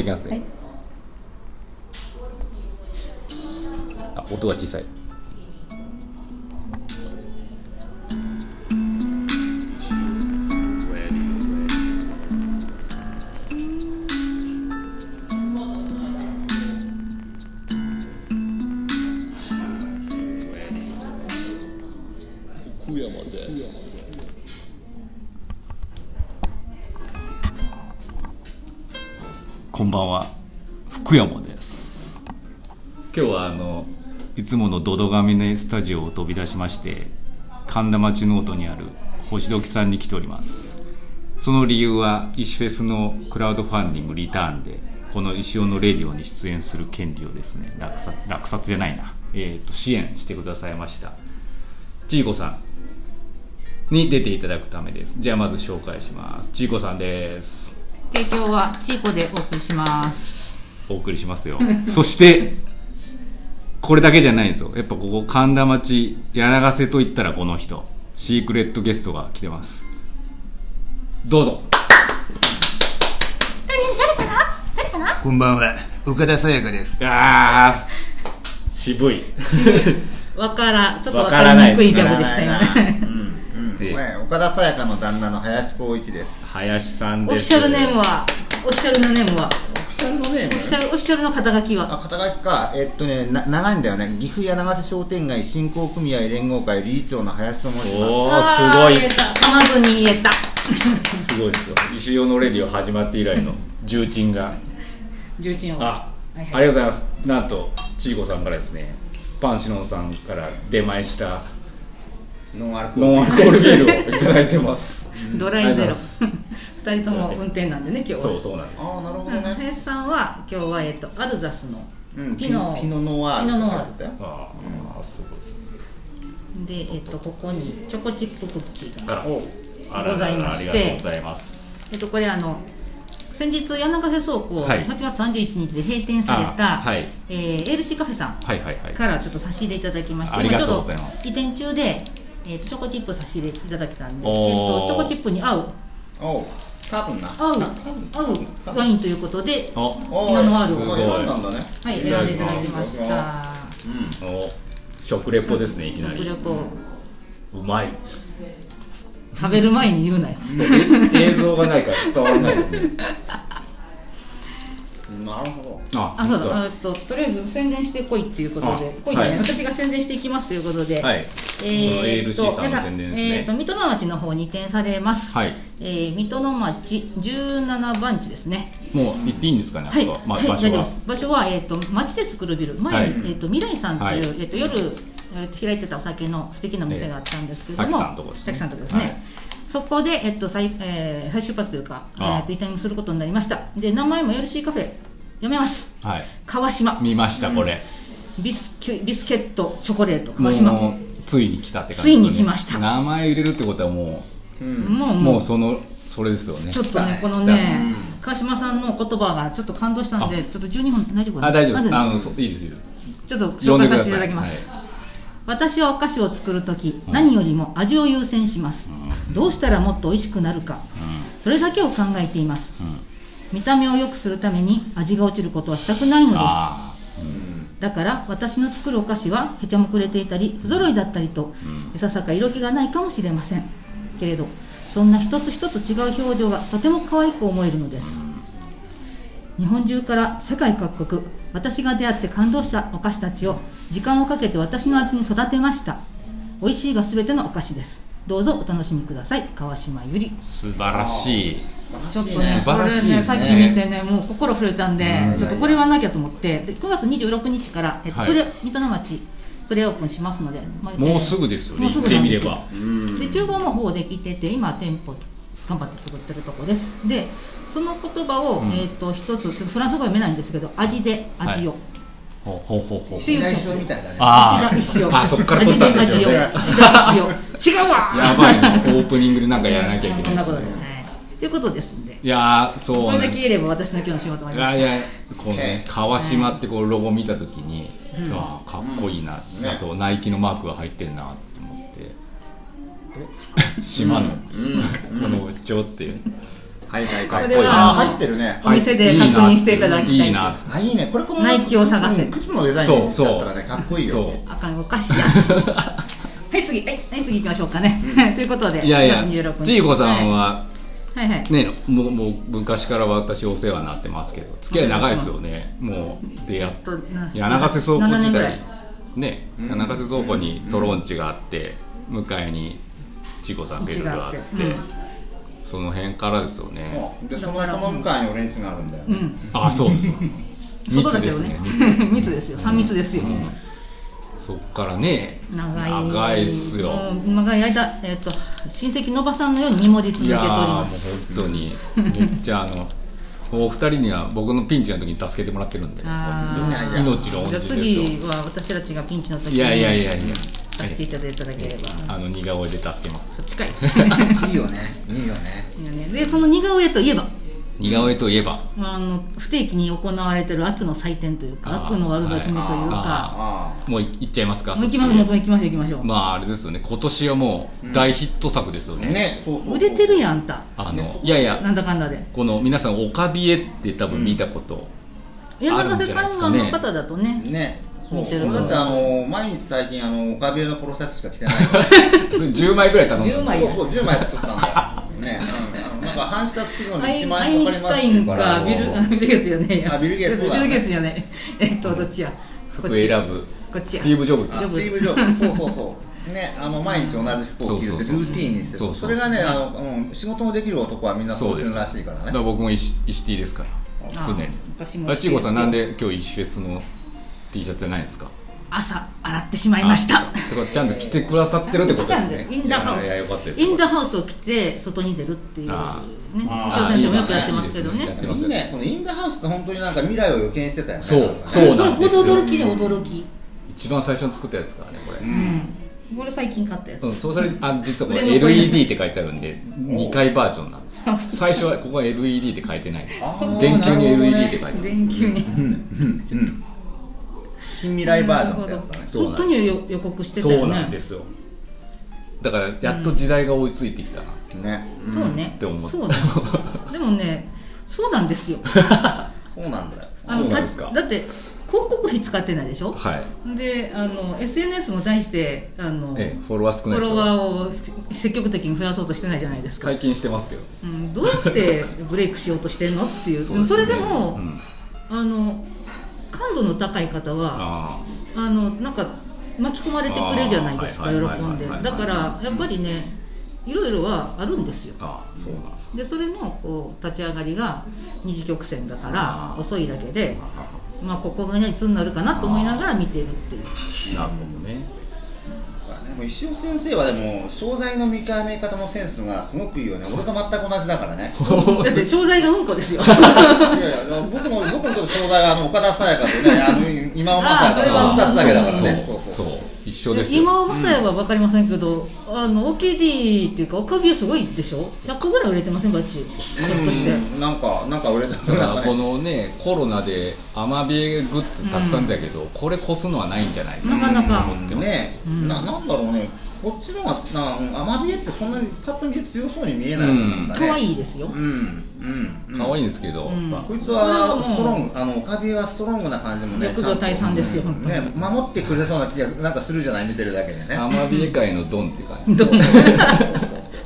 いきますね、はいあ音が小さい福山です。こんばんは福山です今日はあのいつものドドガミネスタジオを飛び出しまして神田町ノートにある星時さんに来ておりますその理由は石フェスのクラウドファンディングリターンでこの石尾のレディオに出演する権利をですね落札落札じゃないな、えー、と支援してくださいましたちいこさんに出ていただくためですじゃあまず紹介しますちいこさんです提供はチーコでお送りします。お送りしますよそしてこれだけじゃないんですよやっぱここ神田町柳瀬といったらこの人シークレットゲストが来てますどうぞこんばんは、岡田さやかです。あー渋いわからん、ちょっとわわかからなりいですにくいジャブでしたよ。うんで前、岡田さやかの旦那の林光一です。林さんオフィですシャルネームは、オフィシャルのネームは、オフィシャルのネオフィシーャムルオフィシャルの肩書きあ、は、肩書きか。えっとね、な長いんだよね。岐阜柳瀬商店街振興組合連合会理事長の林と申おーしますごいあー言えた噛まずに言えた。すごいですよ石尾のレディオ始まって以来の重鎮が重鎮を。あ、はあいはいりがとうございますなんとちいこさんからですねパンシノンさんから出前したす。ノンアルコーノンル。アルコールビールをいただいてますドライありがとうござゼロいます。二人とも運転なんでね、今日は。そうそうなんですああ、なるほうどんね。林さんは、今日は、えっと、アルザスの、うん、ピピノノピノノワール。ピノノワールって書いてあったよああすごいですねで、えっと、ここにチョコチップクッキーあら。あがらございましてありがとうございますえっと、これあの先日柳ヶ瀬倉庫、はい8月31日で閉店されあた、はいえー LC カフェさんはいはいはいからちょっと差し入れいただきまして、あり今がちとょうっとございます移転中で、えーとチョコチップ差し入れいただけたんで、えおっーとチョコチップに合うおう、多分な。合うな多分合うワインということで、はおおうピノノワールすごいすごい選んだんだね。いい、た選だんできいたますだきました。うん。お食レポですねいきなり食レポうまい食べる前に言うなよ。映像がないから伝わらないですねなるほああそう本当だえっととりあえず宣伝してこいっていうことであ、こいね、はい私が宣伝していきますということで、はいえー、この ALC とさんの宣伝ですね皆さんえー、と水戸の町の方に移転されます、はいえー、水戸の町17番地ですねもう言っていいんですかねあはい、そこまはい、場所大丈夫はです場所は、えー、と町で作るビル前、はいえー、と未来さんという、はいえー、と夜、えーと開いてたお酒の素敵なお店があったんですけれども、えー滝さんのとこですね滝さんのとこですねはいそこで、えっと再えー再出発というか、えああーと移転することになりましたで名前も LC カフェ読めますはい川島見ましたこれビスキュビスケットチョコレートも川島もうついに来たって感じですねついに来ました名前入れるってことはもど。う。うんもううもうそのそれですよねちょっとね来たねこのね川島さんの言葉がちょっと感動したのであちょっと12分大丈夫かなあ大丈夫ですまあずのそいいですいいですちょっと紹呼んで介くだささせいていただきますは私はお菓子を作るとき、うん何よりも味を優先します、うんどうしたらもっと美味しくなるかそれだけを考えていますうんうん見た目を良くするために味が落ちることはしたくないのですあだから私の作るお菓子はへちゃむくれていたり不揃いだったりと、うんいささか色気がないかもしれませんけれどそんな一つ一つ違う表情がとても可愛く思えるのです、日本中から世界各国私が出会って感動したお菓子たちを時間をかけて私の味に育てました美味しいが全てのお菓子ですどうぞお楽しみください川島ゆり素晴らしいちょっとね素晴らしいですねこれねさっき見てねもう心震えたんで、うんちょっとこれはなきゃと思ってで9月26日から、えっとはいプレ水戸の町プレオープンしますので、まあもうすぐですよねもうす行っぐてなんみでれすよばうんで厨房もほぼできてて今店舗頑張って作ってるとこですでその言葉を、うんえっと一つちょっとフランス語読めないんですけど味で味を、ほうほうほうほう石田一緒みたいだね。あー石田石をあそっから取ったんですよね味で味を石田石を違うわ やばいなオープニングでなんかやらなきゃいけ そんなないでことすない、ねはい、ということですんでいやーそうこなんれでだすけ言えれば私の今日の仕事終わりいまやいしやこのね川島ってこうロゴ見た時に、うんあーかっこいいな、うんあとナイキのマークが入ってんなと思って「島の、うんこの「ちょ」っていう、はいはいかっこいいそれは入ってるねお店で確認していただきたいいいなってあいいねこれこのナイキを探せうん靴のデザインにしちゃったらねかっこいいよそあかんおかしいやつ はい次はい、はい、次行きましょうかねということでいやいや9月26日ジーコさんははいはいはいねもうもう昔から私お世話になってますけど付き合い長いですよねもう出会っえっとな柳瀬倉庫時7年ぐらい代ねうん柳瀬倉庫にトロンチがあって向かいにジーコさんベルがあってうちがあってうんその辺からですよねもうでそのその向かいにオレンジがあるんだようねんあそうです 密外だけでどすねね密ですよ3密ですよ、うんそっからね長い長いっすようん長い間、えっと親戚のおばさんのように2文字続いけておやりーもうます本当にめっちゃあのお二人には僕のピンチの時に助けてもらってるんであー本当に命の恩人じゃあですよ次は私たちがピンチの時にいやいやいやいや助けていただければあの似顔絵で助けますそっち かいいいよねいいよねいやねでその似顔絵といえば似顔絵といえばあの不定期に行われてる悪の祭典というかあー悪の悪だめというあかああもういいっちゃいますかもう行きましょうもう行きましょう行きましょう、まああれですよね今年はもう大ヒット作ですよね,、ねそうそうそう売れてるやんあんたあねのいやいなやんだかんだでこの皆さん「オカビエ」って多分見たこと、柳瀬観覧の方だとねねそう見てる俺だってあの毎日最近あの岡部屋のポロシャツしか着てないからそれ10枚ぐらい頼んだんです10枚そうそう10枚作ったんだよねうんあのなんか半下作るのにアイ1ア万イ円ンかかシりュますタってイ言ンうからかビルあビルゲーツじゃねえやあビルゲーツビそうだねルゲーツじゃねええっとどっちやこ服っち選ぶこっちやスティーブ・ジョブズあスティーブ・ジョ ブズそうそうそうねあの毎日同じ服を着るってそルうそうそうーティンにしてそうそるうそそうれがねあの、うん、仕事のできる男はみんなそうするらしいかだらからね僕も石石 T ですからあ常に私もあ石ち T ごさんなんで今日石フェスの T シャツじゃないんですか朝洗ってしまいましあたてかちゃんと着てくださってるってことです ねインダハウいやいやよかったでスすインダハウスを着て外に出るっていうねああー西尾先生もよくやってますけどいいですねねでもいいねこのインダハウスって本当になんか未来を予見してたよねそうなんかねそうなんですよこれ驚きで驚き一番最初に作ったやつからねこれ、んうんこれ最近買ったやつうん、そうされあ実はこれ売れ残り LED って書いてあるんで2回バージョンなんですあ最初はここは LED って書いてないですあー電球になるほどね LED って書いてある電球にうんうんうん近未来バージョンってやつだねそうなん本です当によ予告してたそうよなんねですよだからやっと時代が追いついてきたな、ね、んそうねって思ったそうだでもねそうなんですよそうなんだよあのそうなたんですかだって広告費使ってないでしょはい、であの SNS も対してあの、ええ、フォロワー少フないォですよロワーを積極的に増やそうとしてないじゃないですか、最近してますけどうん、どうやってブレイクしようとしてんのっていうそですそねれでも、うんあの感度の高い方はああのなんか巻き込まれてくれるじゃないですかあ喜ーはいはいんではいはいはいだからやっぱりねいろいろはあるんですよーあーそうなんですかでそれのこう立ち上がりが二次曲線だからあー遅いだけでまあ、ここがねいつになるかなと思いながら見てるっていうなるほどねでも石尾先生はでも商材の見極め方のセンスがすごくいいよね俺と全く同じだか らねだって商材がうんこですよいやいや僕の僕のと商材はあの岡田沙也加とねあの今尾正也あかーの2つだけだからねそうそうう一緒ですよ今はまさやは分かりませんけど、あの OKD っていうかおかびはすごいでしょ100個ぐらい売れてませんバッチひょっとしてうんなんかなんか売れただくかならったこねのねコロナでアマビエグッズたくさんだけど、これ越すのはないんじゃないかなかなか思ってますねうんななんだろうねこっちの方がなアマビエってそんなにパッと見て強そうに見えないうんか可愛、いいですよ、うんうん可愛いんいですけど、うんやっぱこいつはストロうングあの岡部はストロングな感じもね欲望退散ですよちゃん本とね守ってくれそうな気がなんかするじゃない見てるだけでねアマビエ界のドンって感じドン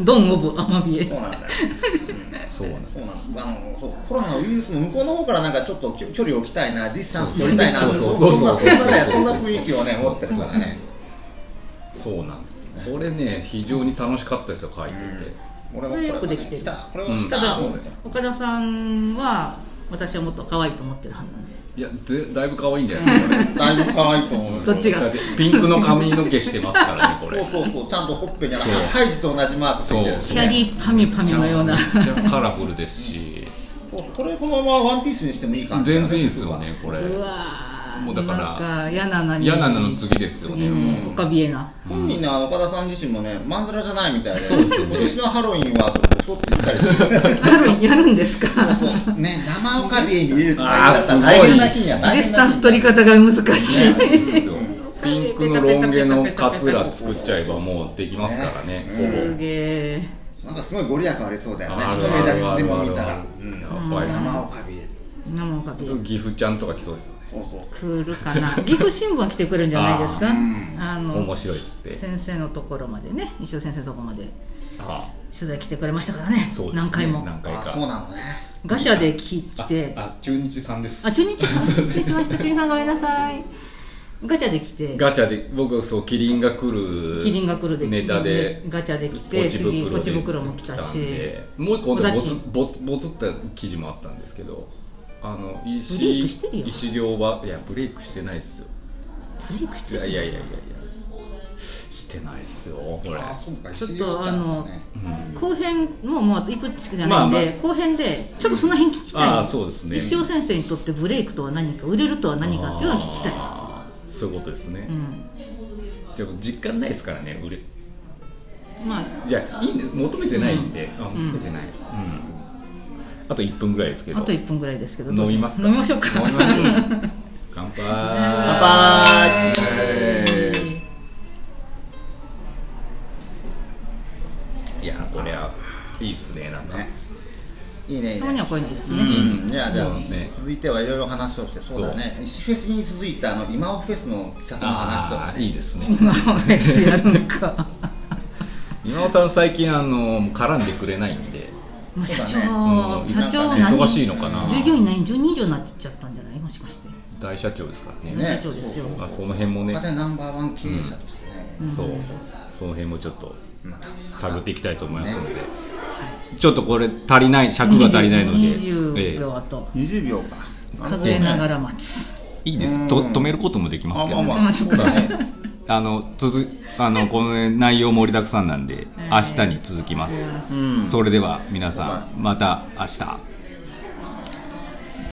ドンオブアマビエそうなんだよ。そうなんそうなんあのそうコロナのウイルスの向こうの方からなんかちょっと距距離を置きたいな、ディスタンス取りたいな、そうそそううそそううそんなそうそうそうねそんな雰囲気をね、そう持ってるからね。そうなんですよこれね非常に楽しかったですよ書いてて、俺もこれよくできてる来た、これはうん来ただた、うん、岡田さんは私はもっと可愛いと思ってるはずなんでいやぜだいぶ可愛いんじゃないですかこだいぶ可愛いと思う。そっちれがだってピンクの髪の毛してますからねこそ れうそうそう、ちゃんとほっぺにあのそうハイジと同じマークついてるしキャリーパミュパミュのようなめっちゃカラフルです しそうこれこのままワンピースにしてもいい感じだ全ね然いいですよねこれうわーもうだからなんか嫌な何嫌なの次ですよね次 もも岡ビエな本人ね、あの岡田さん自身もね、まんざらじゃないみたいで、そうですよね今年のハロウィンはそって言ったりしてある。るやるんですかね、生岡で見れるとかあーすごい大変な日には大変な日にはディスタンス取り方が難しい、ういいですよピンクのロン毛のカツラ作っちゃえばもうできますからねねすげえなんかすごいご利益ありそうだよねあ一るある目だあけるあるでも見たらあるうんやばいっすね生おかびで生おかび岐阜ちゃんとか来そうですよねそうそう来るかな岐阜新聞は来てくれるんじゃないですかあーうんあの面白いっつって先生のところまでね石尾先生のところまであ取材来てくれましたからねそうですね何回も何回あかそうなのねガチャで来てああ中日さんですあ中 日さん失礼しました中日さんごめんなさいガチャで来てガチャで僕そうキリンが来るキリンが来るでネタでガチャで来て次ポチ袋も来たんしでもう一個本当にボ小ツ立ボツボツった記事もあったんですけどあのブレイ石クしてるよ石行はいやブレイクしてないですよブレイクしていやるいやいやいやいやしてないっすよこれあそうかちょっと石井亮太なんだねうん後編ももう1分しかじゃないんで、まあま後編でちょっとその辺聞きたい、ああそうですね石尾先生にとってブレイクとは何か売れるとは何かっていうのは聞きたい、あーそういうことですね、うでも実感ないですからね売れん、まあいやいいんで求めてないんで、んあ求めてない、うんあと1分ぐらいですけどあと1分ぐらいですけど飲みますか飲みましょうか飲みましょう乾杯乾杯いやこれはいいっすねなんか、ねいいねいいたまにはねこういうのいいですうね、 うんじゃあじゃもうねあ続いてはいろいろ話をしてそうだね石フェスに続いたあの今オフェスの企画の話とかああねいいですね今おやつやるのか今尾さん最近あの絡んでくれないんでもう社長、そうだねうん社長なんか何人ね忙しいのかな従業員何人10人以上になっちゃったんじゃないもしかして大社長ですからねね社長ですよあその辺もねまたナンバーワン経営者としてね、うんそうその辺もちょっとまた探っていきたいと思いますので、ねちょっとこれ足りない尺が足りないのでえ20え秒あと20秒か数えながら待つ、いいですと止めることもできますけど、ねまああまあそそううだだねねの続あ のこの内容盛りだくさんなんで明日に続きます、 うんそれでは皆さんまた明日